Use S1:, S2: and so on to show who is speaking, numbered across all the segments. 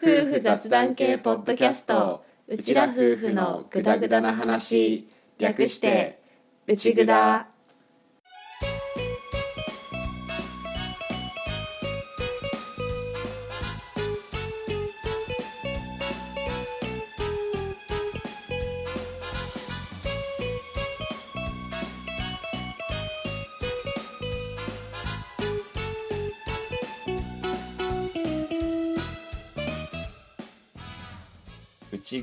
S1: 夫婦雑談系ポッドキャストうちら夫婦のグダグダな話略してうちぐだ
S2: 内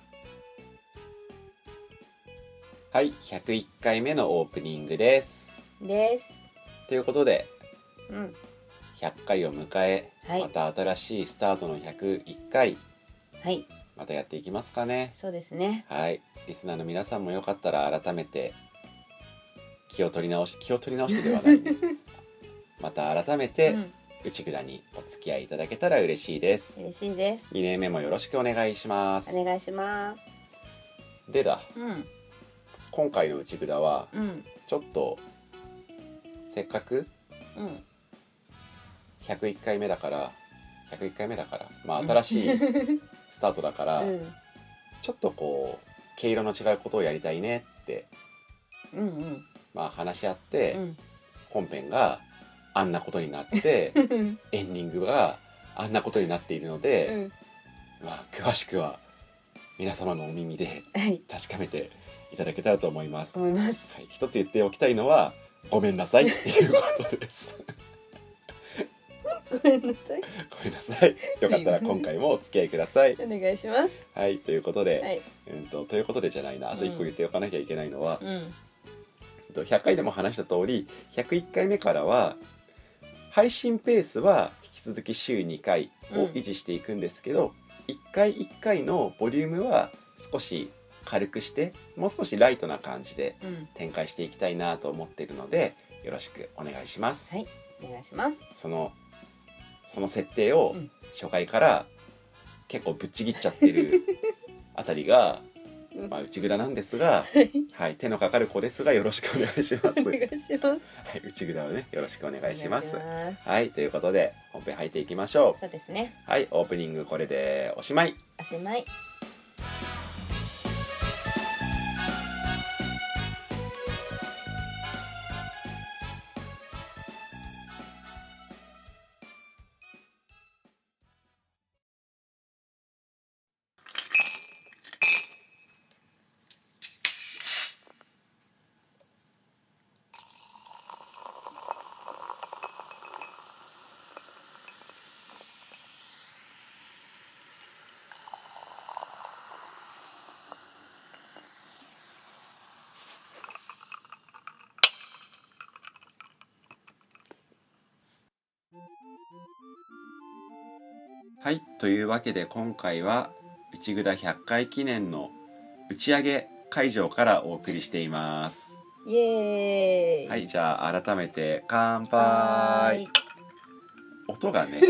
S2: はい101回目のオープニングです
S3: です
S2: ということで
S3: うん
S2: 100回を迎え、
S3: はい
S2: また新しいスタートの101回
S3: はい
S2: またやっていきますかね
S3: そうですね
S2: はい、リスナーの皆さんもよかったら改めて気を取り直し気を取り直してで はない、ね、また改めて
S3: うん
S2: 内蔵にお付き合いいただけたら嬉しいです
S3: 嬉しいです
S2: 2年目もよろしくお願いします
S3: お願いします
S2: でだ
S3: うん
S2: 今回の内蔵は
S3: うん
S2: ちょっとせっかく
S3: うん
S2: 101回目だから101回目だからま
S3: う
S2: あ
S3: ん
S2: 新しいスタートだから、
S3: うん
S2: ちょっとこう毛色の違うことをやりたいねって
S3: うんうん
S2: まあ話し合って、
S3: うん
S2: 本編があんなことに なって
S3: うん
S2: エンディングがあんなことになっているので、まあ、詳しくは皆様のお耳で
S3: はい
S2: 確かめていただけたらと思います。は
S3: 思います
S2: い、一つ言っておきたいのはごめんなさいっていうことです。
S3: ごめんなさい
S2: ごめんなさい。よかったら今回もお付き合いください。
S3: お願いします
S2: はい、ということで、
S3: はい
S2: うんとということでじゃないな。あと一個言っておかなきゃいけないのは、
S3: うん
S2: うんと100回でも話した通り、101回目からは配信ペースは引き続き週2回を維持していくんですけど、1回1回のボリュームは少し軽くしてもう少しライトな感じで
S3: うん
S2: 展開していきたいなと思っているのでよろしくお願いします。
S3: はいお願いします
S2: そのその設定を
S3: うん
S2: 初回から結構ぶっちぎっちゃっ てるあたりが、
S3: うん
S2: まあ、内蔵なんですが、はい、手のかかる子ですがよろしくお願いし ます。
S3: お願いします
S2: はい、内蔵をね、よろしくお願いします。
S3: お願いし
S2: はい、ということで、本編入っていきましょ
S3: そうですね
S2: う。はい、オープニングこれでおしまい。
S3: おしまい
S2: はい、というわけで今回は、内蔵100回記念の打ち上げ会場からお送りしています。
S3: イエーイ
S2: はい、じゃあ改めて乾
S3: は
S2: 杯。音 がね、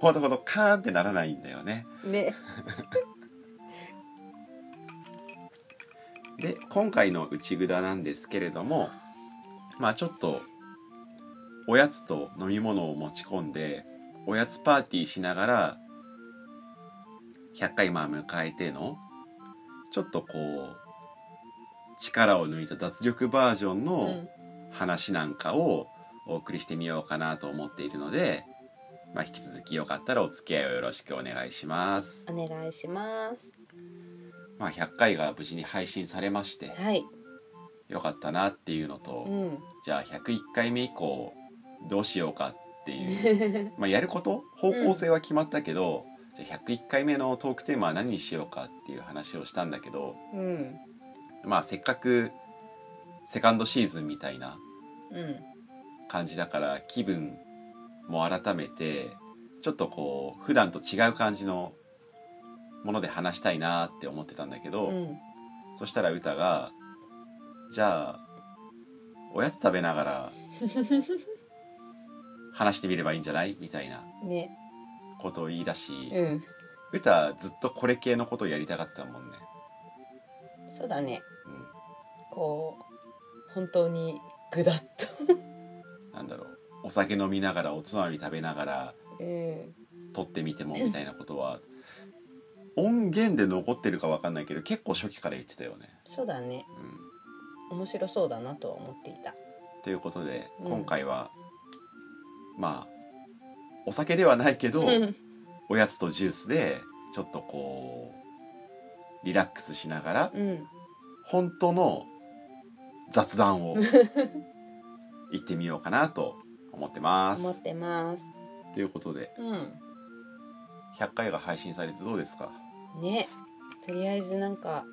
S2: ほんとほんとカーンってならないんだよね。
S3: ーいね
S2: で今回の内札なんですけれどもまあちょっとおやつと飲み物を持ち込んでおやつパーティーしながら100回まあ迎えてのちょっとこう力を抜いた脱力バージョン
S3: う
S2: の
S3: ん
S2: 話なんかをお送りしてみようかなと思っているので、まあ、引き続きよかったらお付き合いをよろしくお願いします。
S3: お願いします
S2: まあ、100回が無事に配信されまして
S3: はい
S2: よかったなっていうのと、
S3: うん
S2: じゃあ101回目以降どうしようかっていう まあやること方向性は決まったけど、じゃあ101回目のトークテーマは何にしようかっていう話をしたんだけど
S3: うん
S2: まあせっかくセカンドシーズンみたいな
S3: うん
S2: 感じだから気分も改めてちょっとこう普段と違う感じのもので話したいなって思ってたんだけど、
S3: うん
S2: そしたら歌が「じゃあおやつ食べなが ら話してみればいいんじゃない?」みたいな
S3: ね
S2: ことを言い出し、
S3: うん
S2: 歌ずっとこれ系のことをやりたかったもんね。
S3: そうだね
S2: うん
S3: こう本当にグダッと
S2: なんだろうお酒飲みながらおつまみ食べながら
S3: うん
S2: 撮ってみてもみたいなことは音源で残ってるかわかんないけど結構初期から言ってたよね。
S3: そうだね
S2: うん、
S3: 面白そうだなとは思っていた
S2: ということで
S3: うん
S2: 今回は、まあお酒ではないけど、
S3: うん
S2: おやつとジュースでちょっとこうリラックスしながら
S3: うん
S2: 本当の雑 談を行ってみようかなと思ってま
S3: 思っ
S2: す。
S3: てます
S2: ということで
S3: うん
S2: 100回が配信されてどうですか
S3: ねとりあえずなんか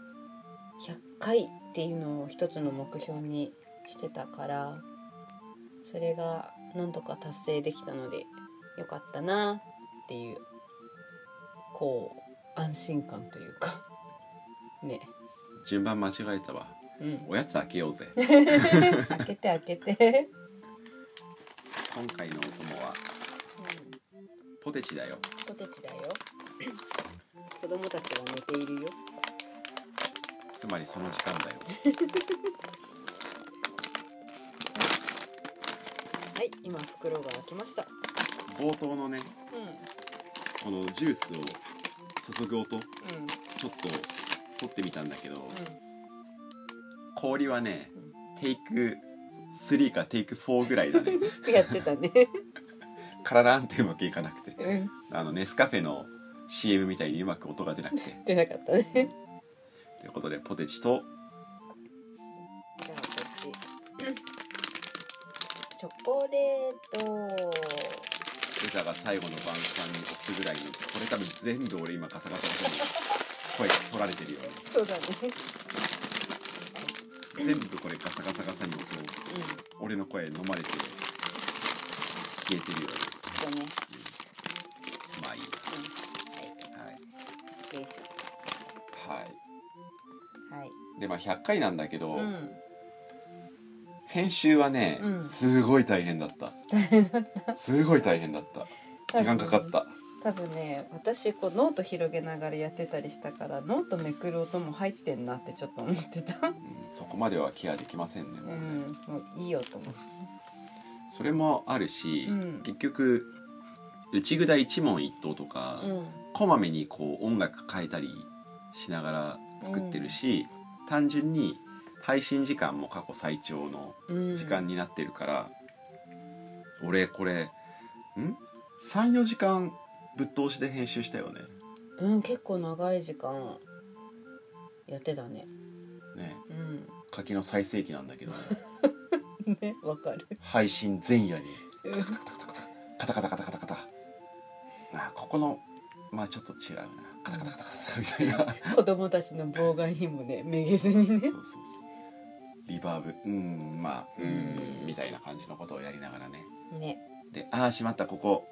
S3: 100回っていうのを一つの目標にしてたからそれがなんとか達成できたのでよかったなっていうこう安心感というか ね
S2: 順番間違えたわ
S3: うん
S2: おやつ開けよ うぜ
S3: 開けて開けて、
S2: 今回のお供はポテチだよ
S3: ポテチだよ子供たちが寝ているよ
S2: つまりその時間だよ
S3: はい今袋が開きました
S2: 冒頭のね
S3: うん
S2: このジュースを注ぐ音ち
S3: うん
S2: ょっと取ってみたんだけど氷はねテイク3かテイク4ぐらいだね
S3: うんやってたね
S2: カラランってうまくいかなくて
S3: うん
S2: あのネスカフェの CM みたいにうまく音が出なくて
S3: 出なかったね
S2: ということでポテチと
S3: じゃあ私チョコレート
S2: 歌が最後の晩餐に押すぐらいにこれ多分全部俺今カサカサの声が取られてるよね
S3: そうだね
S2: 全部これガサガサガサに音を俺の声飲まれて消えてるよね
S3: うんそうね
S2: まあいい
S3: うん
S2: はい、
S3: はいよいし
S2: はい、
S3: ょはい
S2: でまあ100回なんだけど、
S3: うん
S2: 編集はね、
S3: うん
S2: すごい大変だった大変だったすごい大変だった時間かかった
S3: 多分ね私こうノート広げながらやってたりしたからノートめくる音も入ってんなってちょっと思ってた
S2: うんそこまではケアできませんね、
S3: う
S2: もうね
S3: んもういいよと思って
S2: それもあるし、
S3: うん
S2: 結局内札一問一答とか、
S3: うん
S2: こまめにこう音楽変えたりしながら作ってるし、単純に配信時間も過去最長の
S3: うん
S2: 時間になってるから、俺これん34時間ぶっ通しで編集したよね
S3: うん結構長い時間やってたね
S2: ね
S3: うん
S2: 柿の最盛期なん だけど、ね、
S3: ねわかる
S2: 配信前夜にカタカタカタカタカタあここのまあちょっと違うなカタカタカタカタみたいなそう
S3: 子供たちの妨害にもねめげずにね
S2: そうそうリバーブうんまあうんみたいな感じのことをやりながらね
S3: ね
S2: でああしまったここ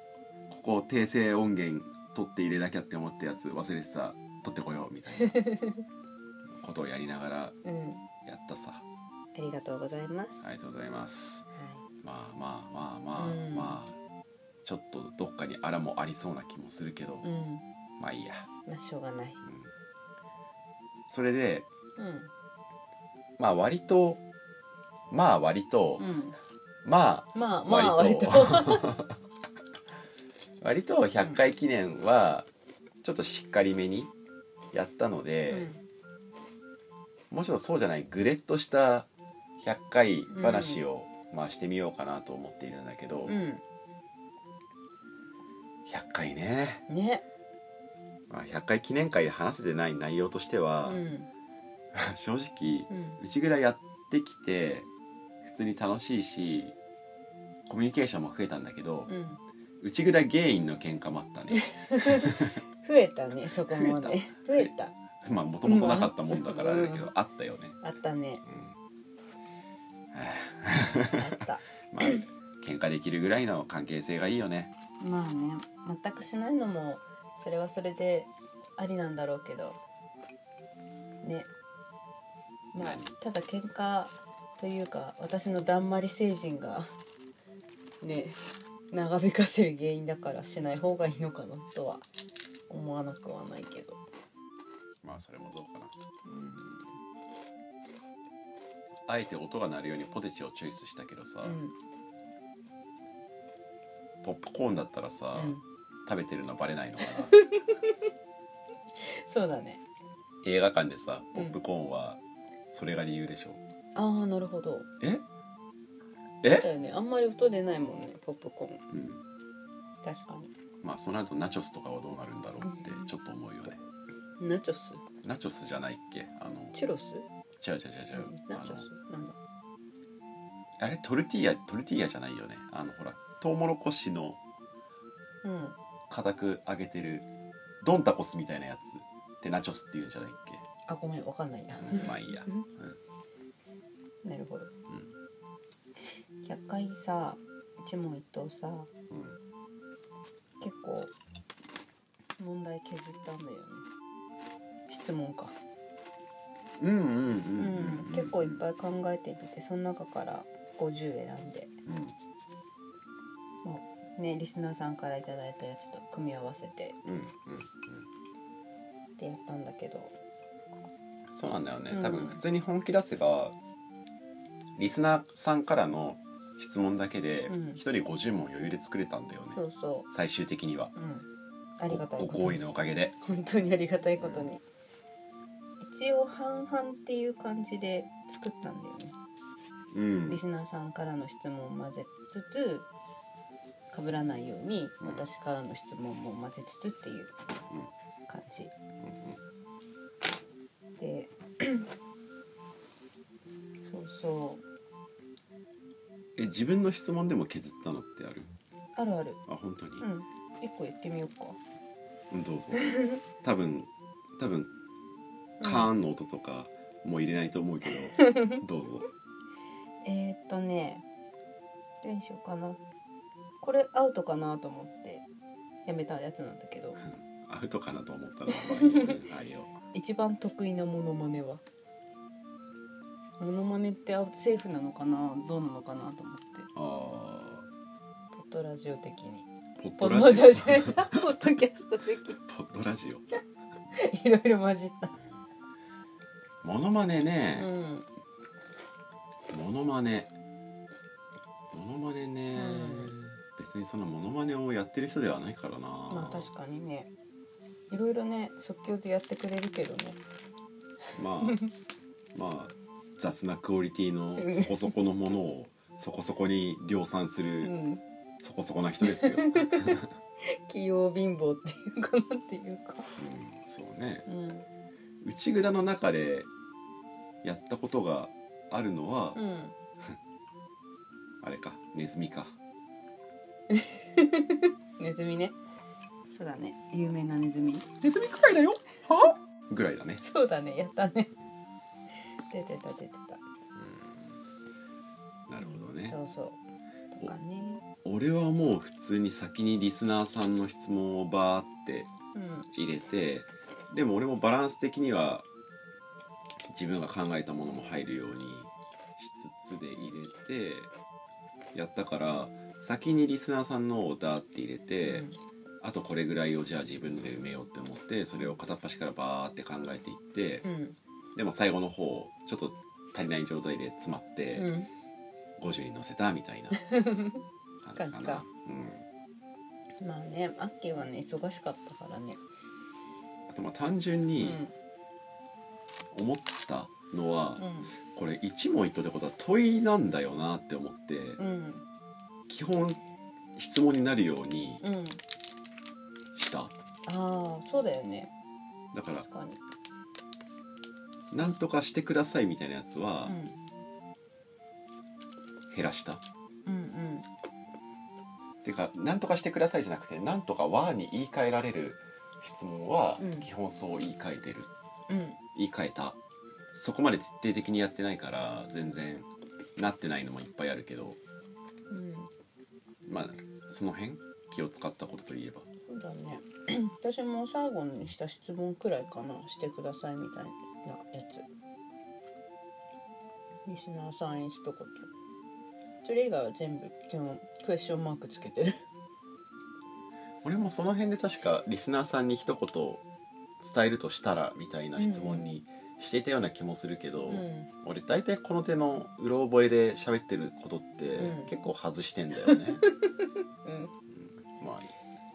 S2: ここ訂正音源取って入れなきゃって思ったやつ忘れてた取ってこようみたいなことをやりながら
S3: うん
S2: やったさ
S3: ありがとうございます、
S2: ありがとうございます
S3: はい
S2: まあまあまあまあ
S3: うん
S2: まあちょっとどっかにあらもありそうな気もするけど
S3: うん
S2: まあいいや、
S3: まあしょうがない
S2: うん、それで
S3: う
S2: まあ割とまあ割と、
S3: んうん
S2: まあ
S3: まあまあ割
S2: 割
S3: と
S2: と 割と100回記念はちょっとしっかりめにやったので、もうちょっとそうじゃないグレッとした100回話を、まあ、してみようかなと思っているんだけど、
S3: うん、
S2: 100回ね、
S3: うん、ね
S2: まあ、100回記念会で話せてない内容としては、
S3: うん
S2: 正直
S3: うん
S2: うちぐらいやってきて普通に楽しいしコミュニケーションも増えたんだけど、
S3: うん
S2: うちぐらい原因の喧嘩もあったね
S3: 増えたねそこもね増
S2: 増え
S3: えた
S2: まあもともとなかったもんだからあれだけど、
S3: う
S2: あったよね、
S3: あったね
S2: うん
S3: あった
S2: まあ喧嘩できるぐらいの関係性がいいよね
S3: まあね全くしないのもそれはそれでありなんだろうけどねまあ
S2: 何
S3: ただ喧嘩というか私のだんまり成人が ね長引かせる原因だからしない方がいいのかなとは思わなくはないけど、
S2: まあそれもどうかな
S3: う
S2: あえて音が鳴るようにポテチをチョイスしたけどさ、
S3: んうん
S2: ポップコーンだったらさ、
S3: うん
S2: 食べてるのバレない のかな
S3: そうだね
S2: 映画館でさ
S3: う
S2: ポ
S3: ん
S2: ップコーンはそれが理由でしょ、
S3: ああなるほど
S2: え
S3: そう
S2: え、
S3: だよねあんまり音出ないもんねポップコーン
S2: うん、
S3: 確かに
S2: まあその後ナチョスとかはどうなるんだろうってちょっと思うよね
S3: ナチョス
S2: ナチョスじゃないっけあの
S3: チュロス
S2: 違う違う違う違う
S3: ナ
S2: あ
S3: チョ
S2: の
S3: スなんだ
S2: あれトルティーヤトルティーヤじゃないよねあのほらトウモロコシの
S3: うん
S2: 固く揚げてるドンタコスみたいなやつってナチョスっていうんじゃないっ
S3: あごめんわかんないな
S2: けまあいいや、うん
S3: なるほど100回さ一問一答さ
S2: うん、
S3: 結構問題削ったんだよね質問か、
S2: うんうんうん
S3: う
S2: うん、うん
S3: ん、結構いっぱい考えてみてその中から50選んで、
S2: う
S3: ね、リスナーさんからいただいたやつと組み合わせて
S2: んうん
S3: ってやったんだけど
S2: うんそうなんだよね、
S3: うん
S2: 多分普通に本気出せばリスナーさんからの質問だけで
S3: うん
S2: 一人50問余裕で作れたんだよね、
S3: そうそ
S2: 最終的には
S3: う、うん、ありがたい
S2: ご
S3: こと
S2: ご好意のおかげで
S3: 本当にありがたいことに一応半々っていう感じで作ったんだよね
S2: うん
S3: リスナーさんからの質問を混ぜつつ被らないように
S2: うん
S3: 私からの質問も混ぜつつっていう感じ、でそうそう
S2: え自分の質問でも削ったのってある
S3: あるある
S2: あ本当に
S3: う、ん一個言ってみようか
S2: う ん、どうぞ多分多分カーンの音とかもう入れないと思うけ どどうぞ
S3: えー、っとねどれにしようかなこれアウトかなと思ってやめたやつなんだけど
S2: アウトかなと 思ったらまあいいようんあれよ
S3: 一番得意なモノマネはモノマネってアセーフなのかなどうなのかなと思って
S2: あ
S3: ポッドラジオ的に
S2: ーポッ
S3: ポ
S2: ド
S3: ッ
S2: ラ
S3: ド
S2: ジ
S3: ラ
S2: オ
S3: ジオポッドキャスト的
S2: ポッドラジオ
S3: いろいろ混じった
S2: モノマネ
S3: う
S2: ね、
S3: ん
S2: モノマネモノマネね、別にそのモノマネをやってる人ではないからな
S3: ま
S2: ま
S3: あ確かにねいろいろね即興でやってくれるけどね
S2: まあまあ雑なクオリティのそこそこのものをそこそこに量産す
S3: う
S2: る、
S3: ん
S2: そこそこな人です よ、うん、
S3: 器用貧乏っていうかなっていうか
S2: そうね
S3: うん
S2: 内蔵の中でやったことがあるのは、
S3: うん
S2: あれかネズミか
S3: ネズミねそうだね有名なネズミ
S2: ネズミくらいだよはぐらいだね
S3: そうだねやったね出てた出てた
S2: なるほどね
S3: そうそうとかね
S2: 俺はもう普通に先にリスナーさんの質問をバーって
S3: うん
S2: 入れてでも俺もバランス的には自分が考えたものも入るようにしつつで入れてやったから先にリスナーさんのをダーって入れて、
S3: うん
S2: あとこれぐらいをじゃあ自分で埋めようって思ってそれを片っ端からバーって考えていって、
S3: うん
S2: でも最後の方ちょっと足りない状態で詰まって。
S3: うん
S2: 50に乗せたみ たいな感じか
S3: 感じ
S2: な
S3: か、
S2: うん、
S3: まあねアッキーはね忙しかったからね
S2: あとまあ単純
S3: う
S2: に
S3: ん
S2: 思ったのは、
S3: うん
S2: これ一問一答ってことは問いなんだよなって思って、
S3: うん
S2: 基本質問になるように
S3: うん
S2: した
S3: ああそうだよね
S2: だから
S3: 確かに
S2: 「なんとかしてください」みたいなやつは減らした、
S3: うんうん
S2: ていうか「なんとかしてください」じゃなくて「なんとかは」に言い換えられる質問は
S3: うん
S2: 基本そう言い換えてる、
S3: うんうん
S2: 言い換えたそこまで徹底的にやってないから全然なってないのもいっぱいあるけど
S3: うん
S2: まあその辺気を使ったことといえば
S3: そうそうだね私も最後にした質問くらいかなしてくださいみたいなやつリスナーさんへ一言それ以外は全部基本クエスチョンマークつけてる
S2: 俺もその辺で確かリスナーさんに一言伝えるとしたらみたいな質問にしていたような気もするけど、
S3: うん
S2: 俺大体この手のうろ覚えで喋ってることって
S3: うん
S2: 結構外してんだよ
S3: う
S2: ね、
S3: ん
S2: まあ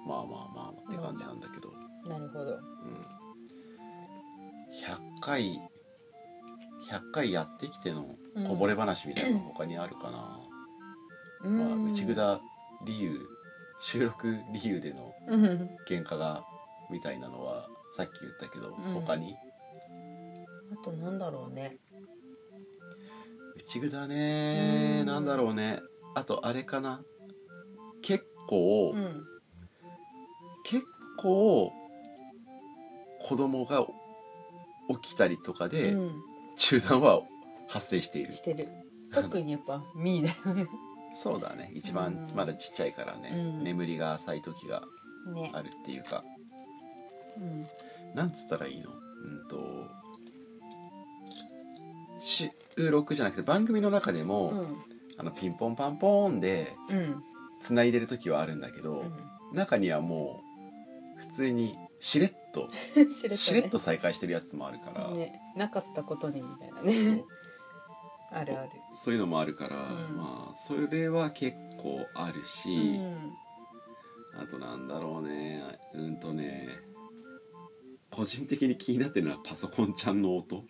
S2: まあまあまあまあって感じなんだけど、
S3: なるほど
S2: うん、100回100回やってきてのこぼれ話みたいなの他にあるかな、まあ、内ぐだ理由収録理由での
S3: うん
S2: 喧嘩がみたいなのはさっき言ったけど、
S3: うん
S2: 他に
S3: あとなんだろうね
S2: 内ぐだね
S3: うん
S2: なんだろうねあとあれかな結構、
S3: うん
S2: 結構子供が起きたりとかで
S3: うん
S2: 中断は発生している、
S3: してる特にやっ ぱミーだよね
S2: そうだね一
S3: う
S2: 番
S3: ん
S2: まだちっちゃいからね、
S3: うん
S2: 眠りが浅い時が
S3: ね
S2: あるっていうか
S3: うん
S2: なんつったらいいのうんと収録じゃなくて番組の中でも、
S3: うん
S2: あのピンポンパンポーンで
S3: うん
S2: 繋いでる時はあるんだけど、中にはもう普通にしれっ と
S3: うんしれっとね
S2: しれっと再開してるやつもあるから、
S3: ね、なかったことにみたいな
S2: そ
S3: ね
S2: う
S3: あるある、
S2: そういうのもあるから、
S3: うん
S2: まあそれは結構ある
S3: う
S2: し、
S3: ん、
S2: あとなんだろうねうんとね個人的に気になってるのはパソコンちゃんの音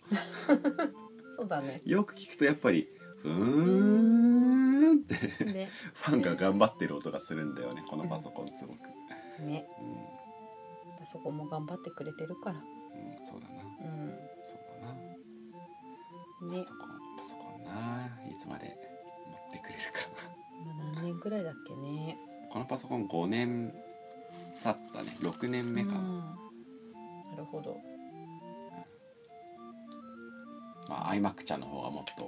S3: そうだ ね
S2: よく聞くとやっぱり「ふーん」ってフ
S3: ね
S2: ァンが頑張ってる音がするんだよねこのパソコン すごく、
S3: ね
S2: う
S3: パソコンも頑張ってくれてるから
S2: んうん、そうだな
S3: う
S2: そうだなんパ
S3: ね
S2: ソコンパソコンないつまで持ってくれるか
S3: 今何年くらいだっけね
S2: なこのパソコン5年経ったね6年目かな、
S3: うんなるほど
S2: まあ iMac ちゃんの方がもっと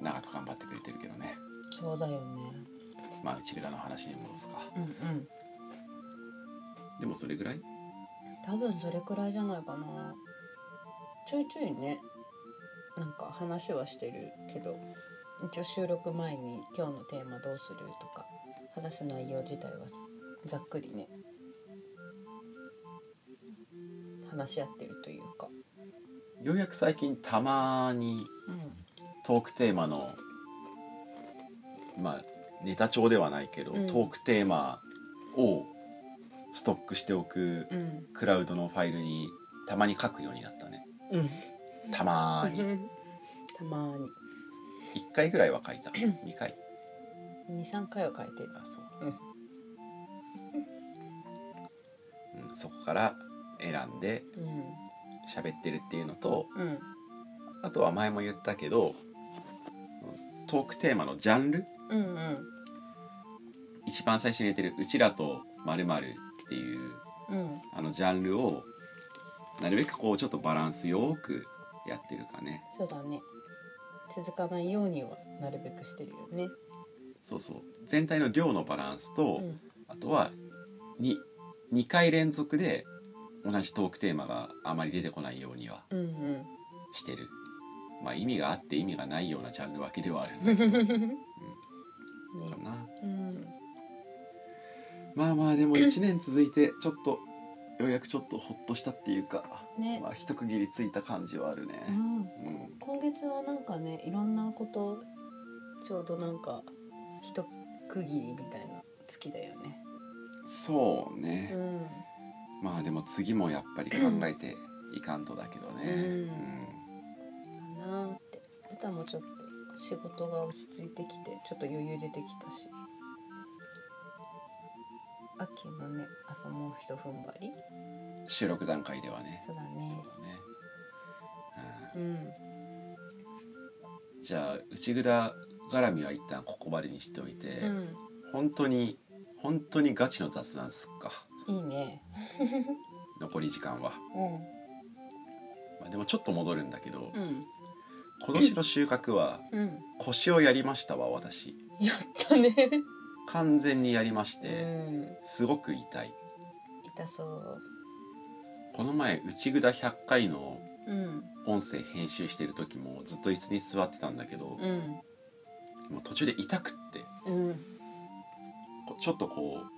S2: 長く頑張ってくれてるけどね
S3: そうだよね
S2: まあ内札の話に戻すか
S3: うんうん
S2: でもそれぐらい
S3: 多分それくらいじゃないかなちょいちょいねなんか話はしてるけど一応収録前に今日のテーマどうするとか話す内容自体はざっくりね話し合ってるというか、
S2: ようやく最近たまにトークテーマのまあネタ帳ではないけど、
S3: うん
S2: トークテーマをストックしておく
S3: うんうん
S2: クラウドのファイルにたまに書くようになったね
S3: うん
S2: たまーに
S3: たまーに
S2: 1回ぐらいは書いた2回
S3: 23回は書いてる
S2: あそう、うんそこから選んで
S3: う
S2: 喋ってるっていうのと
S3: んうん
S2: あとは前も言ったけどトークテーマのジャンル
S3: うんうん
S2: 一番最初に入れてる「うちらとまるっていう
S3: うん
S2: あのジャンルをなるべくこうちょっとバランスよくやってるかね
S3: そうだね続かないようにはなるべくしてるよね
S2: そうそう全体の量のバランスと、
S3: うん
S2: あとは 2, 2回連続で同じトークテーマがあまり出てこないようには
S3: うん
S2: してるまあ意味があって意味がないようなジャンルわけではあるん
S3: う
S2: だ
S3: ん
S2: け
S3: ね
S2: どかな
S3: うん
S2: まあまあでも1年続いてちょっとようやくちょっとほっとしたっていうか、
S3: ね
S2: まあ一区切りついた感じはあるね、
S3: うん
S2: うん
S3: 今月はなんかねいろんなことちょうどなんか一区切りみたいな月だよね
S2: そう
S3: う
S2: ね、
S3: ん
S2: まあでも次もやっぱり考えていかんとだけどね、
S3: うん
S2: うん
S3: かなーってあとはもうちょっと仕事が落ち着いてきてちょっと余裕出てきたし秋もねあともうひと踏ん張り
S2: 収録段階ではね
S3: そうだ
S2: そう
S3: ね
S2: だね、うん
S3: うん
S2: じゃあ内蔵絡みは一旦ここまでにしておいて、
S3: うん
S2: 本当に本当にガチの雑談すっか
S3: いいね
S2: 残り時間は、
S3: う
S2: まあ、でもちょっと戻るんだけど、
S3: んうん
S2: 今年の収穫は
S3: うん
S2: 腰をやりましたわ私
S3: やったね
S2: 完全にやりまし
S3: う
S2: て、
S3: ん
S2: すごく痛い
S3: 痛そう
S2: この前内ぐだ100回の
S3: うん
S2: 音声編集してる時もずっと椅子に座ってたんだけど、
S3: うん
S2: もう途中で痛くって
S3: うん
S2: こちょっとこう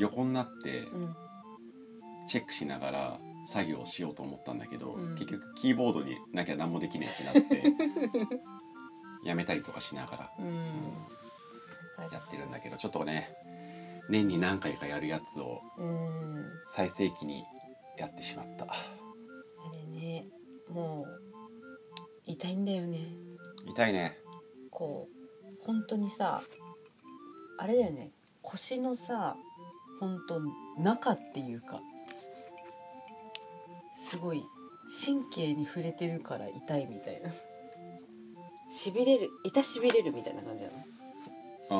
S2: 横になって
S3: うん
S2: チェックしながら作業しようと思ったんだけど、
S3: うん
S2: 結局キーボードになきゃ何もできないってなって やめたりとかしながら
S3: うんわか
S2: や
S3: る
S2: ってるんだけどちょっとね年に何回かやるやつを
S3: うん
S2: 最盛期にやってしまった
S3: あれねもう痛いんだよね
S2: 痛いね
S3: こう本当にさあれだよね腰のさ本当中っていうかすごい神経に触れてるから痛いみたいなしびれる痛しびれるみたいな感じな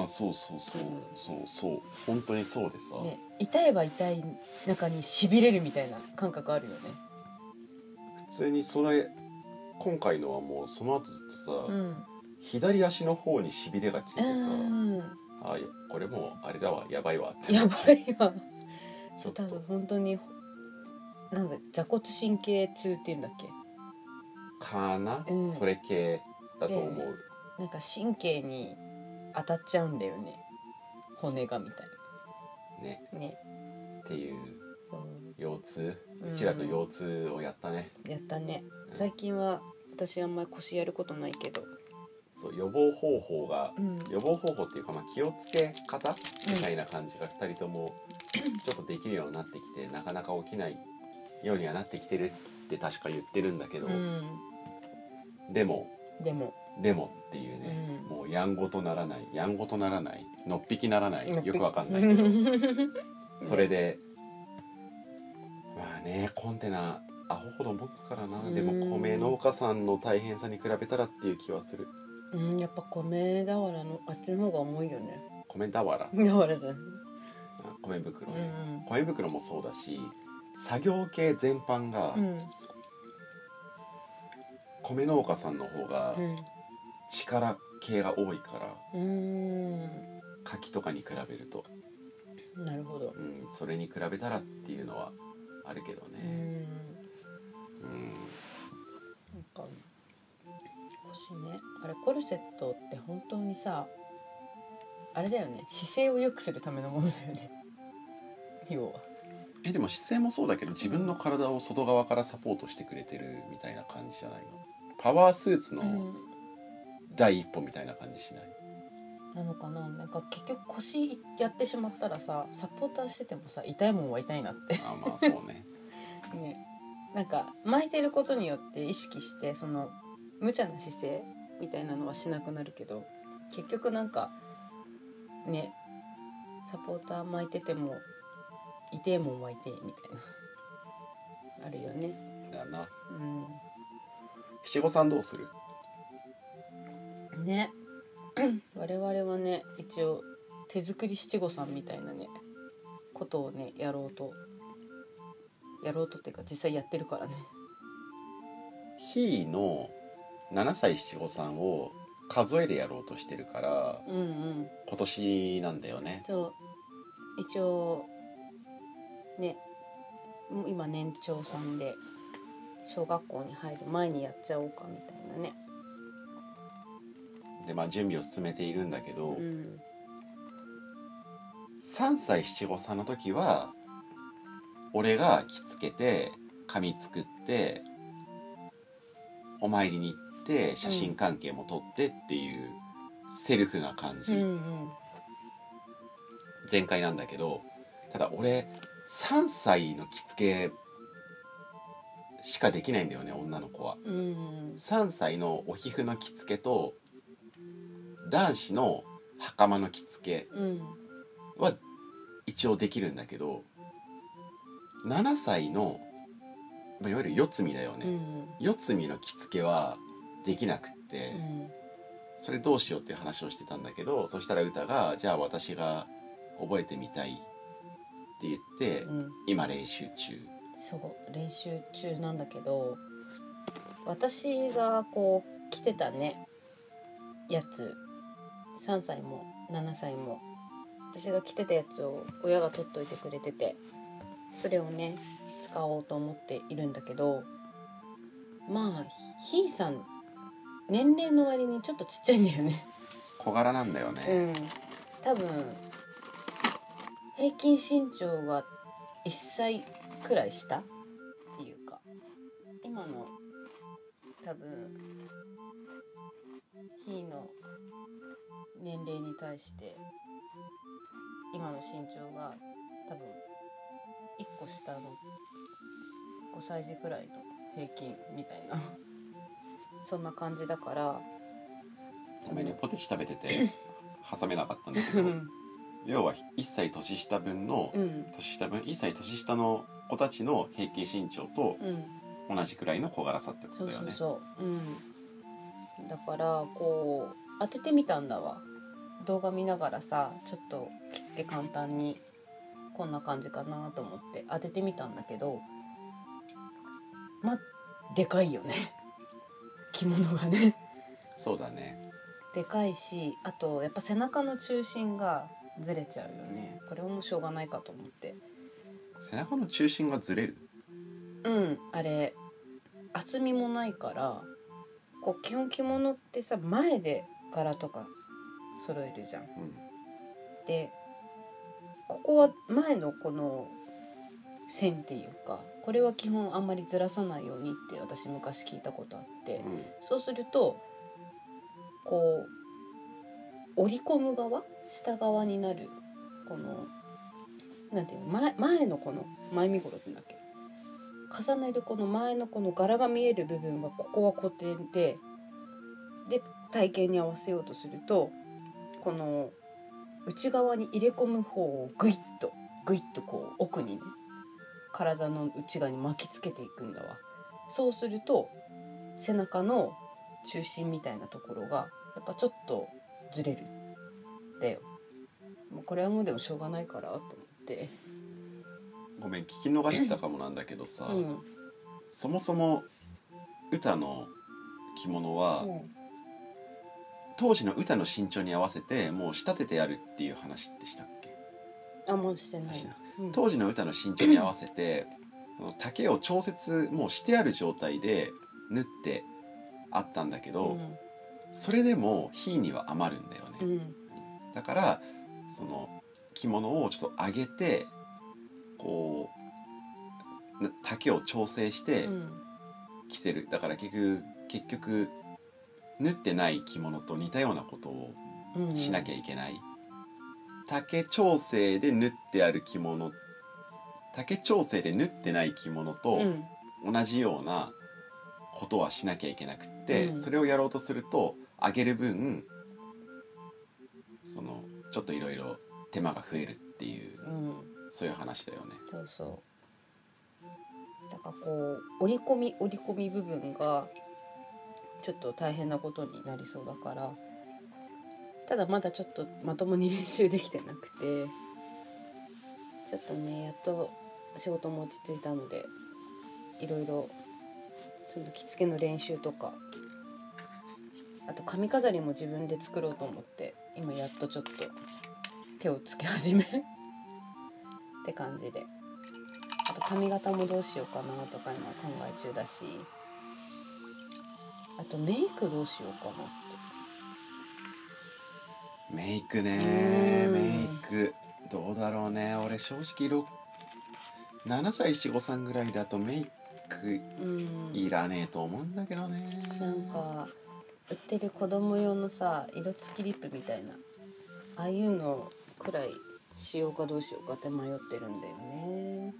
S2: あそうそうそうそうそう本当にそうでさ、
S3: の、ね、痛えば痛い中にしびれるみたいな感覚あるよね
S2: 普通にそれ今回のはもうその後ずっと
S3: う
S2: さ、
S3: ん
S2: 左足の方にしびれがきてさ、
S3: うん
S2: あいやこれもうあれだわやばいわって
S3: やばい わ
S2: ち
S3: そう
S2: ょっ
S3: 多
S2: と
S3: 分本当にほなんだ座骨神経痛っていうんだっけ
S2: かな、
S3: うん
S2: それ系だと思う、
S3: なんか神経に当たっちゃうんだよね骨がみたい
S2: ね
S3: なね、
S2: っていう
S3: うん
S2: 腰痛
S3: うん
S2: うちらと腰痛をやったね、
S3: やったね最近は私あんまり腰やることないけど
S2: そう予防方法が
S3: うん
S2: 予防方法っていうか、まあ、気をつけ方みたいな感じが2人ともちょっとできるようになってきてなかなか起きないようにはなってきてるって確か言ってるんだけど、
S3: うん
S2: でも
S3: でも
S2: でもっていうね、
S3: うん
S2: もうやんごとならないやんごとならないのっぴきならない
S3: のっぴ
S2: よくわかんないけ ど
S3: ね
S2: それで、まあねコンテナアホほど持つからな、で
S3: う
S2: も
S3: ん
S2: 米農家さんの大変さに比べたらっていう気はする
S3: うんやっぱ米俵のあっちの方が重いよね
S2: 米俵
S3: 俵じゃん
S2: 米袋
S3: う
S2: ね、
S3: ん
S2: 米袋もそうだし作業系全般が
S3: うん
S2: 米農家さんの方が
S3: うん
S2: 力系が多いから
S3: うん
S2: 柿とかに比べると、
S3: なるほど
S2: うん、それに比べたらっていうのはあるけど
S3: う
S2: ね、
S3: ん
S2: うん、
S3: なんか腰ねあれコルセットって本当にさあれだよね姿勢を良くするためのものだよね 要は
S2: えでも姿勢もそうだけど自分の体を外側からサポートしてくれてるみたいな感じじゃないのパワースーツの第一歩みたいな感じしない、
S3: なのかななんか結局腰やってしまったらさサポーターしててもさ痛いもんは痛いなって
S2: あまあそうね
S3: ねなんか巻いてることによって意識してその無茶な姿勢みたいなのはしなくなるけど結局なんかねサポーター巻いてても痛えもんは痛えみたいなあるよね
S2: だな
S3: う
S2: 七五三どうする
S3: んね 我々はね一応手作り七五三みたいなねことをねやろうとやろうとっていうか実際やってるからね
S2: ひーの7歳七五三を数えでやろうとしてるから
S3: うんうん
S2: 今年なんだよね
S3: そう一応ねもう今年長さんで小学校に入る前にやっちゃおうかみたいなね、
S2: でまあ準備を進めているんだけど、
S3: うん、
S2: 3歳七五三の時は俺が着付けて髪作ってお参りに行って写真関係も撮ってっていうセルフな感
S3: う
S2: じ、
S3: ん
S2: 全開なんだけどただ俺3歳の着付けしかできないんだよね女の子は。
S3: うんうん
S2: 3歳のお皮膚の着付けと男子の袴の着付け
S3: うん
S2: は一応できるんだけど7歳のまあいわゆる四つ身だよ
S3: う
S2: ね、
S3: ん
S2: 四つ身の着付けはできなくって、それどうしようっていう話をしてたんだけどそしたら歌が「じゃあ私が覚えてみたい」って言って、
S3: うん
S2: 今練習中
S3: そう練習中なんだけど私がこう着てたねやつ3歳も7歳も私が着てたやつを親が取っといてくれててそれをね使おうと思っているんだけどまあひーさん年齢の割にちょっとちっちゃいんだよね
S2: 小柄なんだよね、
S3: うん多分平均身長が1歳くらい下っていうか今の多分ひーの年齢に対して今の身長が多分1個下の5歳児くらいの平均みたいなそんな感じだから
S2: ごめんねポテチ食べてて挟めなかったんだけど要は1歳年下分の、
S3: うん
S2: 年下分1歳年下の子たちの平均身長と
S3: うん
S2: 同じくらいの小柄さってこと
S3: そう
S2: だよ
S3: そう
S2: ね
S3: そう、うん、だからこう当ててみたんだわ動画見ながらさちょっと着付け簡単にこんな感じかなと思って当ててみたんだけどまあでかいよね 着物がね
S2: そうだね
S3: でかいしあとやっぱ背中の中心がずれちゃうよねこれはもうしょうがないかと思って
S2: 背中の中心がずれる
S3: うんあれ厚みもないからこう基本着物ってさ前で柄とか揃えるじゃん。
S2: うん
S3: でここは前のこの線っていうかこれは基本あんまりずらさないようにって私昔聞いたことあって
S2: うん
S3: そうするとこう折り込む側下側になるこのなんていうの前前のこの前身頃って言うんだっけ重ねるこの前のこの柄が見える部分はここは固定でで体型に合わせようとするとこの内側に入れ込む方をグイッとグイッとこう奥にね体の内側に巻きつけていくんだわ。そうすると背中の中心みたいなところがやっぱちょっとずれるんだよもうこれはもうでもしょうがないからと思って
S2: ごめん聞き逃してたかもなんだけどさ、
S3: うん
S2: そもそも歌の着物は、
S3: うん
S2: 当時の歌の身長に合わせてもう仕立ててあるっていう話ってしたっけ
S3: あもうしてないな、うん
S2: 当時の歌の身長に合わせてその丈を調節もうしてある状態で縫ってあったんだけど、それでも火には余るんだよね、
S3: うんうん
S2: だからその着物をちょっと上げてこうな丈を調整して
S3: うん
S2: 着せる、だから結局結局縫ってない着物と似たようなことを
S3: うん
S2: しなきゃいけない、丈調整で縫ってある着物丈調整で縫ってない着物と
S3: うん
S2: 同じようなことはしなきゃいけなくって、
S3: うん
S2: それをやろうとすると上げる分そのちょっといろいろ手間が増えるっていう
S3: うん
S2: そういう話だよね。
S3: そうそうだからこう折り込み折り込み部分がちょっと大変なことになりそうだからただまだちょっとまともに練習できてなくてちょっとねやっと仕事も落ち着いたのでいろいろその着付けの練習とかあと髪飾りも自分で作ろうと思って今やっとちょっと手をつけ始めって感じであと髪型もどうしようかなとか今考え中だしあとメイクどうしようかなって
S2: メイクね
S3: うん
S2: メイクどうだろうね俺正直ろ7歳45歳ぐらいだとメイク
S3: うん
S2: いらねえと思うんだけどね
S3: なんか売ってる子供用のさ色付きリップみたいなああいうのくらいしようかどうしようかって迷ってるんだよね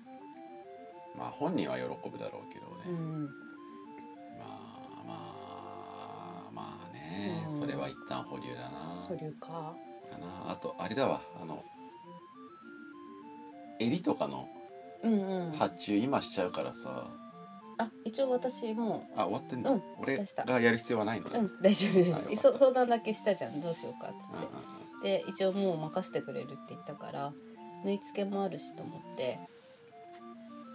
S2: まあ本人は喜ぶだろうけどね、
S3: うん
S2: まあまあまあね、
S3: うん
S2: それは一旦保留だな
S3: というか
S2: かなあとあれだわあの襟とかの
S3: うんうん
S2: 発注今しちゃうからさ、
S3: あ一応私も
S2: あ終わってんだ、
S3: うん
S2: 俺
S3: したした
S2: がやる必要はないの
S3: う
S2: ね、うん
S3: ん大丈夫
S2: あよかっ
S3: で
S2: た
S3: すそ相談だけしたじゃんどうしようかっつっ
S2: うんう
S3: てで
S2: ん
S3: 一応もう任せてくれるって言ったから縫い付けもあるしと思って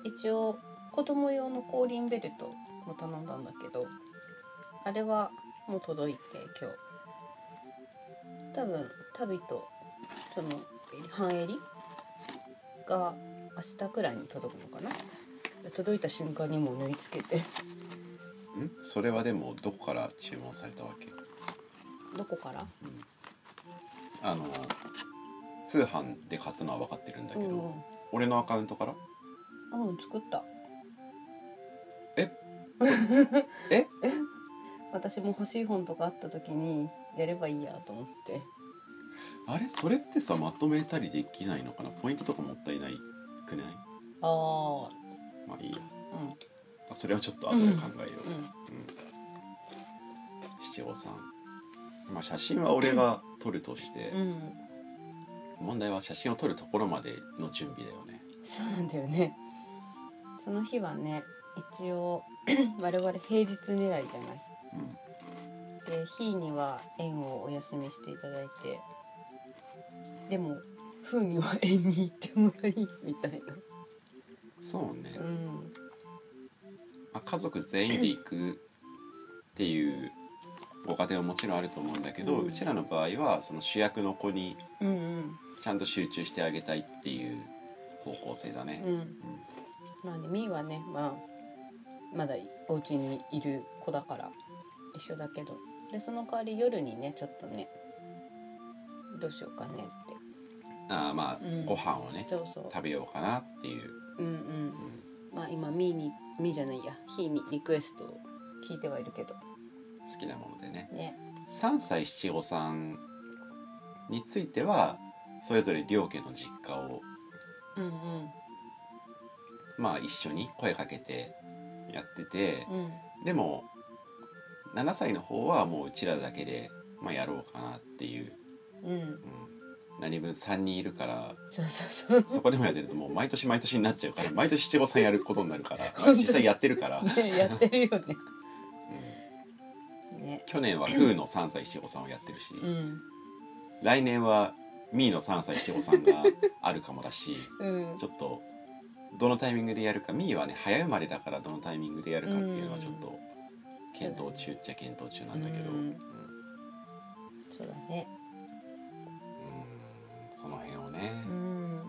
S3: 一応子供用の後輪ベルトも頼んだんだけどあれはもう届いて今日多分足袋とその半襟が明日くらいに届くのかな届いた瞬間にもう縫い付けて
S2: んそれはでもどこから注文されたわけ
S3: どこから
S2: あの通販で買ったのは分かってるんだけど、
S3: うん
S2: 俺のアカウントから
S3: あうん作った
S2: え
S3: 私も欲しい本とかあった時にやればいいやと思って
S2: あれそれってさまとめたりできないのかなポイントとかもったいないくない
S3: ああ
S2: まあいいや
S3: う
S2: あそれはちょっと後で考えよう、
S3: んうん
S2: 七五三まあ写真は俺が撮るとして、
S3: うん
S2: 問題は写真を撮るところまでの準備だよね
S3: そうなんだよねその日はね一応 我々平日狙いじゃない
S2: うん
S3: で日には園をお休みしていただいてでも風には園に行ってもらいみたい
S2: そうね、
S3: なうん
S2: まあ、家族全員で行くっていうご家庭ももちろんあると思うんだけど、
S3: う
S2: うんちらの場合はその主役の子に
S3: うん
S2: ちゃんと集中してあげたいっていう方向性だね
S3: うんう、んまあねみーはねまあまだお家にいる子だから一緒だけどでその代わり夜にねちょっとねどうしようかねって
S2: ああまあ、
S3: うん
S2: ご飯をね
S3: そうそう
S2: 食べようかなっていう、
S3: うんうんまあ今ミーにミーじゃないやヒーにリクエストを聞いてはいるけど
S2: 好きなものでね
S3: ね
S2: 3歳七五三についてはそれぞれ両家の実家を
S3: うんうん
S2: まあ一緒に声かけてやってて、
S3: うん
S2: でも7歳の方はもううちらだけで、まあ、やろうかなっていう、
S3: うん
S2: うん、何分3人いるから
S3: そうそうそう
S2: そこでもやってるともう毎年毎年になっちゃうから毎年七五三やることになる から、まあ実際やってるから、うん、
S3: ねやってるよねね
S2: 去年はフーの3歳七五三をやってるし、
S3: うん
S2: 来年はミーの3歳七五三があるかもだし
S3: うん
S2: ちょっとどのタイミングでやるかミーはね早生まれだからどのタイミングでやるかっていうのはちょっと検討中っちゃ検討中なんだけど。
S3: うん
S2: うん
S3: そうだね
S2: うんその辺をね、
S3: うん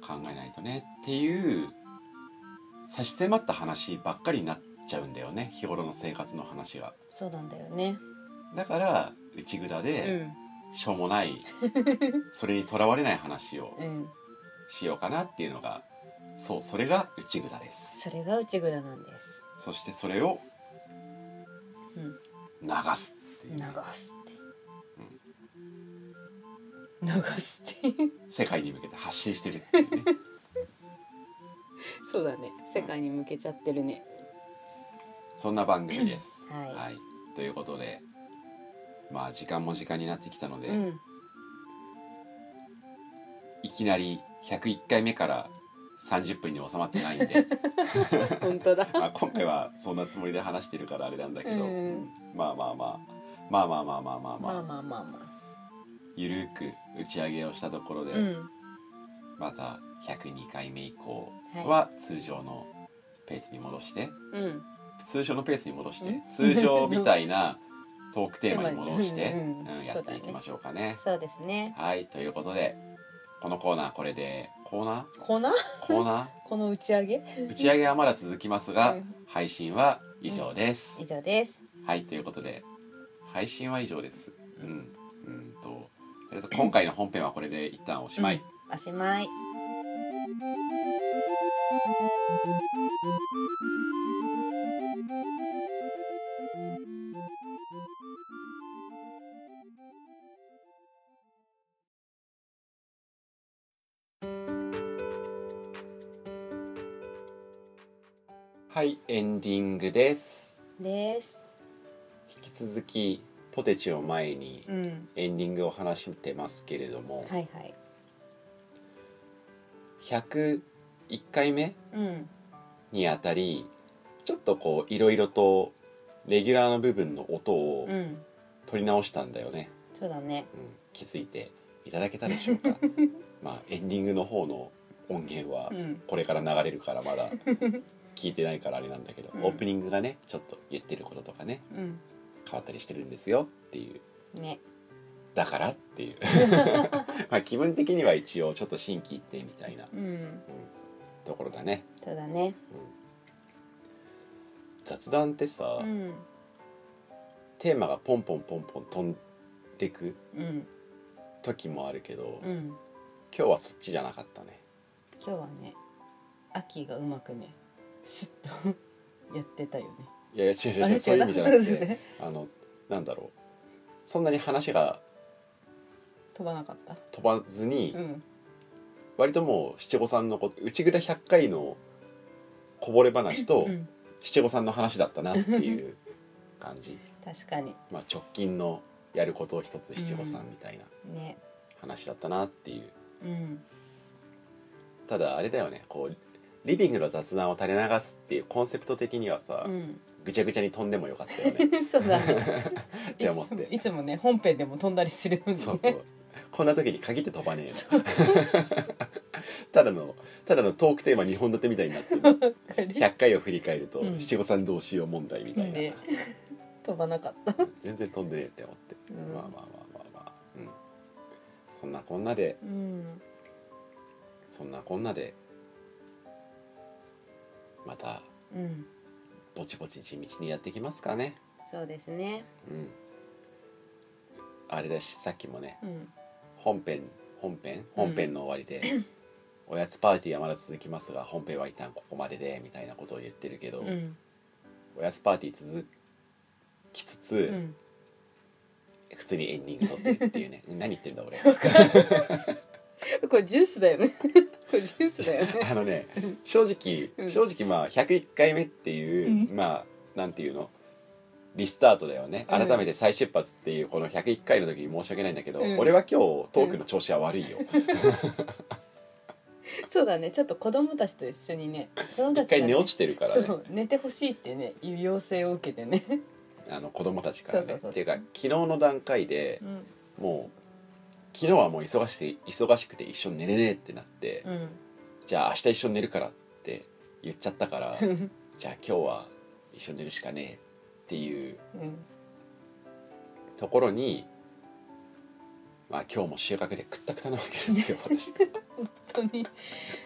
S2: 考えないとねっていう差し迫った話ばっかりになっちゃうんだよね日頃の生活の話が
S3: そうなんだよね
S2: だから内蔵
S3: う
S2: で
S3: ん
S2: しょうもない、それにとらわれない話を
S3: うん
S2: しようかなっていうのがそうそれが内蔵です
S3: それが内蔵なんです
S2: そしてそれを
S3: うん
S2: 流すっていう
S3: 流
S2: ね
S3: すって流すって
S2: 世界に向けて発信してるっていうね
S3: そうだね世界に向けちゃってるね
S2: そんな番組です、
S3: はい
S2: ということでまあ時間も時間になってきたので、
S3: うん
S2: いきなり101回目から30分に収まってないん で
S3: 本当だ
S2: まあ今回はそんなつもりで話してるからあれなんだけど、
S3: うん
S2: まあまあまあまあまあまあまあまあ まあ、
S3: まあまあまあま
S2: ゆるく打ち上げをしたところで、
S3: あうん
S2: また102回目以降
S3: はい
S2: は通常のペースに戻して、
S3: うん
S2: 通常のペースに戻して
S3: う
S2: 通常みたいなトークテーマに戻し て、
S3: うんうん
S2: うんやっていきましょうかね。
S3: そうですね
S2: はいということでこのコーナーこれでコーナ
S3: 粉
S2: ーコーナー
S3: この打ち上げ
S2: 打ち上げはまだ続きますが、
S3: うん
S2: 配信は以上です、
S3: 以上です
S2: はいということで配信は以上ですうんうんととりあえず今回の本編はこれで一旦おしまい、
S3: おしまい
S2: はいエンディングです
S3: です
S2: 引き続きポテチを前に
S3: うん
S2: エンディングを話してますけれども、
S3: はいはい
S2: 101回目
S3: うん
S2: にあたりちょっとこういろいろとレギュラーの部分の音を
S3: うん
S2: 取り直したんだよね、
S3: そうだね
S2: うん気づいていただけたでしょ うかまあエンディングの方の音源は
S3: うん
S2: これから流れるからまだ聞いてないからあれなんだけど、
S3: うん
S2: オープニングがねちょっと言ってることとかね
S3: うん
S2: 変わったりしてるんですよっていう
S3: ね
S2: だからっ ていうまあ気分的には一応ちょっと心機一転みたいな
S3: うん
S2: ところだね
S3: そうだね
S2: 雑談ってさ、
S3: うん
S2: テーマがポンポンポンポン飛んでく
S3: うん
S2: 時もあるけど、
S3: う
S2: 今
S3: ん
S2: 日はそっちじゃなかったね
S3: 今日はね秋がうまくねスッと やってたよね
S2: いやいや違う違う
S3: あ
S2: 違うそういう意味じゃ
S3: そう
S2: なく
S3: だ
S2: て、
S3: よね
S2: あのなんだろうそんなに話が
S3: 飛ばなかった
S2: 飛ばずに、
S3: うん
S2: 割ともう七五三のこと内蔵100回のこぼれ話と
S3: うん
S2: 七五三の話だったなっていう 感じ
S3: 確かに
S2: まあ直近のやることを一つ七五三みたいな
S3: ね
S2: 話だったなっていう
S3: うん
S2: ただあれだよねこうリビングの雑談を垂れ流すっていうコンセプト的にはさ、
S3: う
S2: ぐちゃぐちゃに飛んでもよかったよね
S3: ん そうだね
S2: って思って
S3: いつもいつもね本編でも 飛んだりするもんね
S2: そうそうこんな時に限って飛ばねえの ただのただのトークテーマ2本立てみたいになってる
S3: わかる
S2: 100回を振り返ると
S3: うん
S2: 七五三どうしよう問題みたいな、
S3: ね飛ばなかった
S2: 全然飛んでねえって思って、
S3: うん
S2: まあまあまあまあまあ、うん、そんなこんなで
S3: うん
S2: そんなこんなでまた
S3: うん
S2: ぼちぼち地道にやってきますかね
S3: そうですね
S2: うんあれだしさっきもね
S3: うん
S2: 本編本編本編の終わりで、 おやつパーティーはまだ続きますが本編は一旦ここまででみたいなことを言ってるけど、
S3: うん
S2: おやつパーティー続きつつ、
S3: うん
S2: 普通にエンディング撮ってるっていうね 何言ってんだ俺
S3: これジュースだよね これジュースだよね
S2: あのね正直、
S3: うん
S2: 正直まあ101回目っていう、まあなんていうのリスタートだよね
S3: うん
S2: 改めて再出発っていうこの101回の時に申し訳ないんだけど、
S3: うん
S2: 俺は今日トークの調子は悪いよ、
S3: そうだねちょっと子供たちと一緒にね子供た
S2: 一
S3: ちが
S2: 回
S3: ね
S2: 寝落ちてるから
S3: そ
S2: ね
S3: う寝てほしいってねいう要請を受けてね、
S2: あの子供たちからね
S3: そうそうそう
S2: っていうか昨日の段階で
S3: うん
S2: もう昨日はもう忙しくて忙しくて一緒に寝れねえってなって、じゃあ明日一緒に寝るからって言っちゃったから
S3: うん
S2: じゃあ今日は一緒に寝るしかねえっていう
S3: うん、
S2: ところにまあ今日も収穫でくったくたなわけ ですよ私
S3: 本当に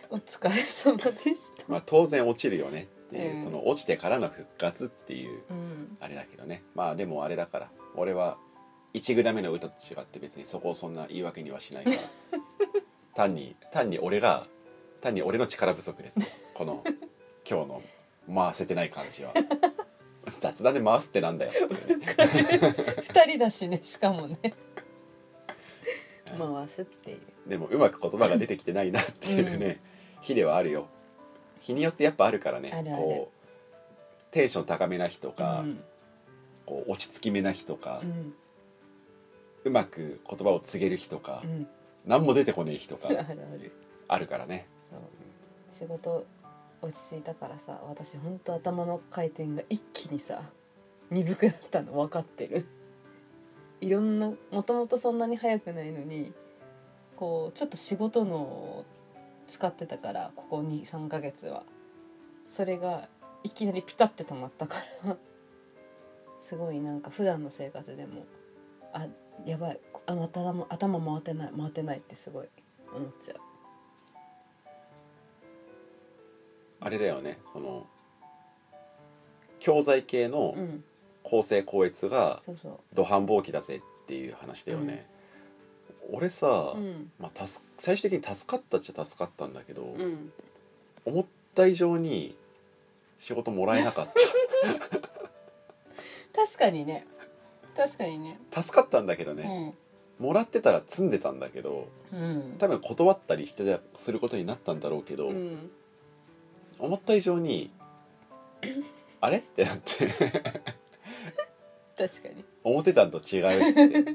S3: お疲れ様でした、
S2: まあ当然落ちるよねっていう、
S3: うん
S2: その落ちてからの復活っていう
S3: うん、
S2: あれだけどねまあでもあれだから俺は1グダ目の歌と違って別にそこをそんな言い訳には しないから単に単に俺が単に俺の力不足ですこの今日の回せてない感 じは雑談で回すってなんだよっていうね
S3: 二人だしねしかもね回すっていう
S2: でもうまく言葉が出てきてないなっていうね、日ではあるよ日によってやっぱあるからね
S3: あるある
S2: こうテンション高めな日とか、
S3: うん
S2: こう落ち着きめな日とか、
S3: う
S2: うんまく言葉を告げる日とか、
S3: うん、
S2: 何も出てこねえ日とか
S3: あるある
S2: あるからね
S3: そう仕事落ち着いたからさ私本当頭の回転が一気にさ鈍くなったの分かってるいろんなもともとそんなに早くないのにこうちょっと仕事のを使ってたからここ23ヶ月はそれがいきなりピタッて止まったから すごいなんか普段の生活でもあやばいあまた頭頭回ってない回ってないってすごい思っちゃう
S2: あれだよねその教材系の
S3: うん
S2: 構成校閲が
S3: そうそう
S2: 土繁忙期だぜっていう話だよね、俺さ、
S3: うん
S2: まあ、助最終的に助かったっちゃ助かったんだけど、
S3: うん
S2: 思った以上に仕事もらえなかっ
S3: 確かにね確かにね
S2: た助かったんだけどね、もらってたら積んでたんだけど
S3: うんうん
S2: 多分断ったりしてたすることになったんだろうけど、
S3: うん
S2: 思った以 上にあれってなって
S3: 確かに
S2: 思ってたんと違うって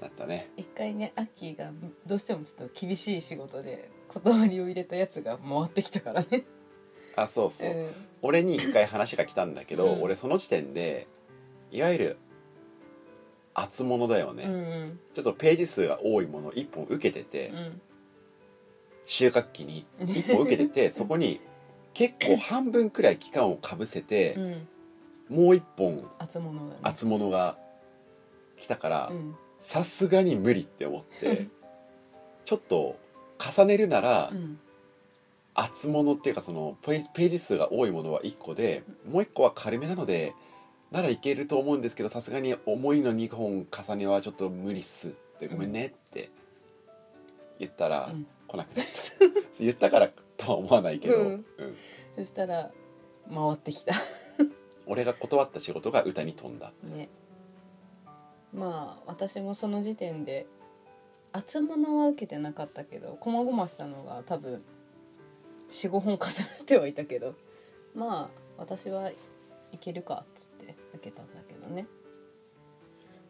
S2: なったね
S3: 一回ねアッキーがどうしてもちょっと厳しい仕事で断りを入れたやつが回ってきたからね
S2: あそうそう、
S3: うん
S2: 俺に一回話が来たんだけど、
S3: うん
S2: 俺その時点でいわゆる厚物だよね、
S3: うん
S2: ちょっとページ数が多いもの1本受けてて、
S3: うん
S2: 収穫期 に一歩受けててそこに結構半分くらい期間をかぶせて
S3: う、ん
S2: もう一本
S3: 厚物がね
S2: 厚物が来たから
S3: うん
S2: さす がに無理って思ってちょっと重ねるなら
S3: うん
S2: 厚物っていうかそのページページ数が多いものは1個でもう1個は軽めなのでならいけると思うんですけどさすがに重いの2本重ねはちょっと無理っすってごめんねって言ったら
S3: うん
S2: 来なくなった言った からとは思わないけど、
S3: うん
S2: うん
S3: そしたら回ってきた
S2: 俺が断った仕事が歌に飛んだ
S3: ねまあ私もその時点で厚物は受けてなかったけどこまごましたのが多分45本重なってはいたけどまあ私はいけるかっつって受けたんだけどね、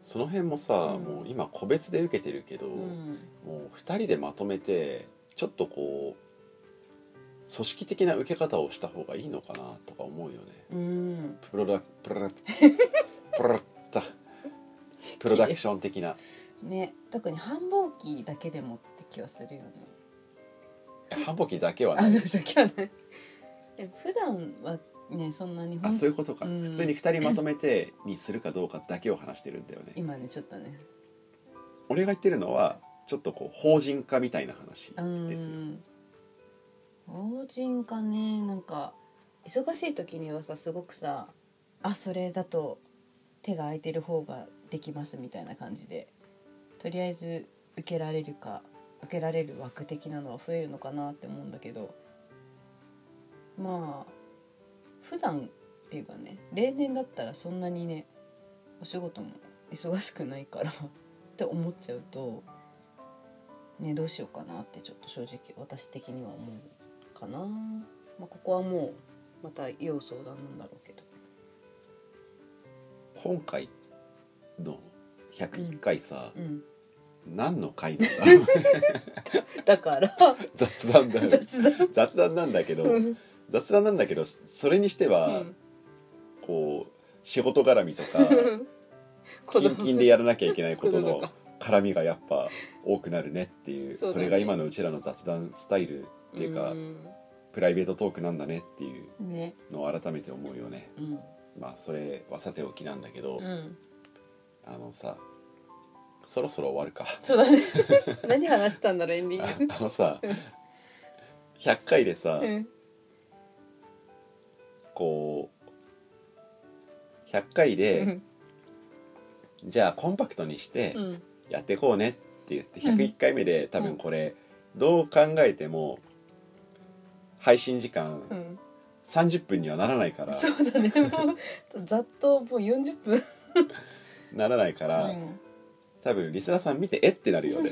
S2: その辺もさ、
S3: うん
S2: もう今個別で受けてるけど、
S3: うん、
S2: もう2人でまとめてちょっとこう組織的な受け方をした方がいいのかなとか思うよね
S3: うん、
S2: プロダプ ロダプロダプロダクション的な
S3: ね特に繁忙期だけでもって気はするよね
S2: いや繁忙期だけは
S3: あ
S2: ない
S3: の時はねえ普段はねそんなにほん
S2: あそういうことか、
S3: うん
S2: 普通に2人まとめてにするかどうかだけを話してるんだよね
S3: 今ねちょっとね
S2: 俺が言ってるのはちょっとこう法人化みたいな話
S3: う
S2: ですよ
S3: ん法人かねなんか忙しい時にはさすごくさあそれだと手が空いてる方ができますみたいな感じでとりあえず受けられるか受けられる枠的なのは増えるのかなって思うんだけどまあ普段っていうかね例年だったらそんなにねお仕事も忙しくないから って思っちゃうとねどうしようかなってちょっと正直私的には思うかな、まあ、ここはもうまた要相談なんだろうけど
S2: 今回の101回さ、
S3: うん
S2: 何の回なんだ
S3: だから
S2: 雑談だよ
S3: 雑談
S2: 雑談なんだけど、
S3: うん
S2: 雑談なんだけどそれにしては、こう仕事絡み とか
S3: 子
S2: 近
S3: 供
S2: 々でやらなきゃいけないこと
S3: 子供
S2: の
S3: が
S2: 絡みがやっぱ多くなるねっていう
S3: そう
S2: そ
S3: だね
S2: れが今のうちらの雑談スタイルっていうか、
S3: う
S2: プライベートトークなんだねっていうん
S3: ね
S2: のを改めて思うよね
S3: うん
S2: まあそれはさておきなんだけど、
S3: うん
S2: あのさそろそろ終わるか
S3: そうだね 何話したんだろうエンディ
S2: あ
S3: ング
S2: あのさ100回でさ、
S3: うん
S2: こう100回
S3: う
S2: で
S3: ん
S2: じゃあコンパクトにして、
S3: うん
S2: やっていこうねって言って
S3: うん
S2: 101回目で多分これどう考えても配信時間
S3: うん
S2: 30分にはならないから
S3: そうだねもうざっともう40分
S2: ならないか
S3: う
S2: ら
S3: ん
S2: 多分リスナーさん見てえってなるよね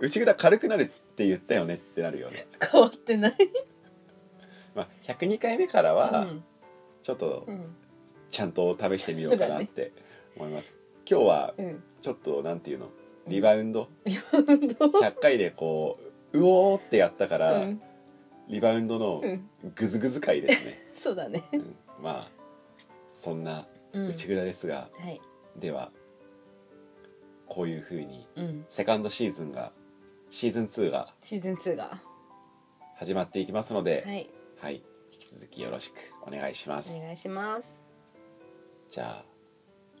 S2: 内札軽くなるって言ったよねってなるよね
S3: 変わってない
S2: まあ102回目からは
S3: うん
S2: ちょっと
S3: うん
S2: ちゃんと試してみようかなって思います今日は
S3: うん
S2: ちょっとなんていうのリバウンド
S3: 運動
S2: 100回でこううおーってやったか
S3: う
S2: ら
S3: ん
S2: リバウンドの
S3: うん
S2: グズグズ回ですね
S3: そうだね
S2: うんまあそんな
S3: うん
S2: 内蔵ですが、
S3: はい
S2: ではこういうふうに
S3: うん
S2: セカンドシーズンがシーズン2が
S3: シーズン2が
S2: 始まっていきますので、
S3: はい
S2: はい引き続きよろしくお願いします、
S3: お願いします
S2: じゃあ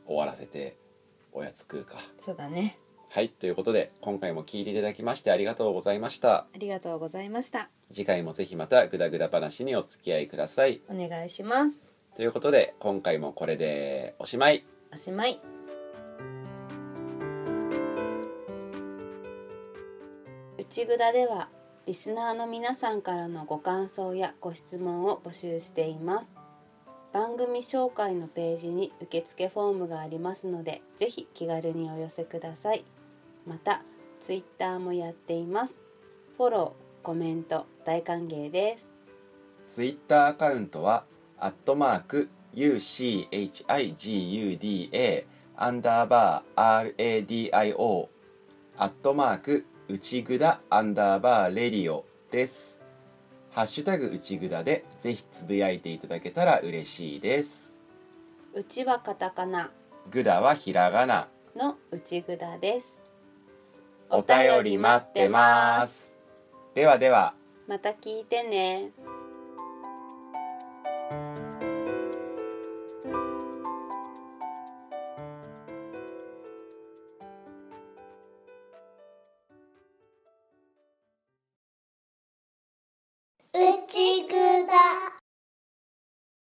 S2: 終わらせておやつ食うか
S3: そうだね
S2: はいということで今回も聞いていただきましてありがとうございました
S3: ありがとうございました
S2: 次回もぜひまたグダグダ話にお付き合いください
S3: お願いします
S2: ということで今回もこれでおしまい
S3: おしまい内ぐだではリスナーの皆さんからのご感想やご質問を募集しています番組紹介のページに受付フォームがありますのでぜひ気軽にお寄せくださいまたツイッターもやっていますフォロー、コメント大歓迎です
S2: ツイッターアカウントは、アットマーク、UCHIGUDA、アンダーバー、RADIO、アットマーク、内ぐだ、アンダーバー、レディオです。ハッシュタグ内ぐだで、ぜひつぶやいていただけたら嬉しいです。
S3: うちはカタカナ
S2: ぐだはひらがな。
S3: の内ぐだです
S2: お便り待ってます。ではでは。
S3: また聞いてね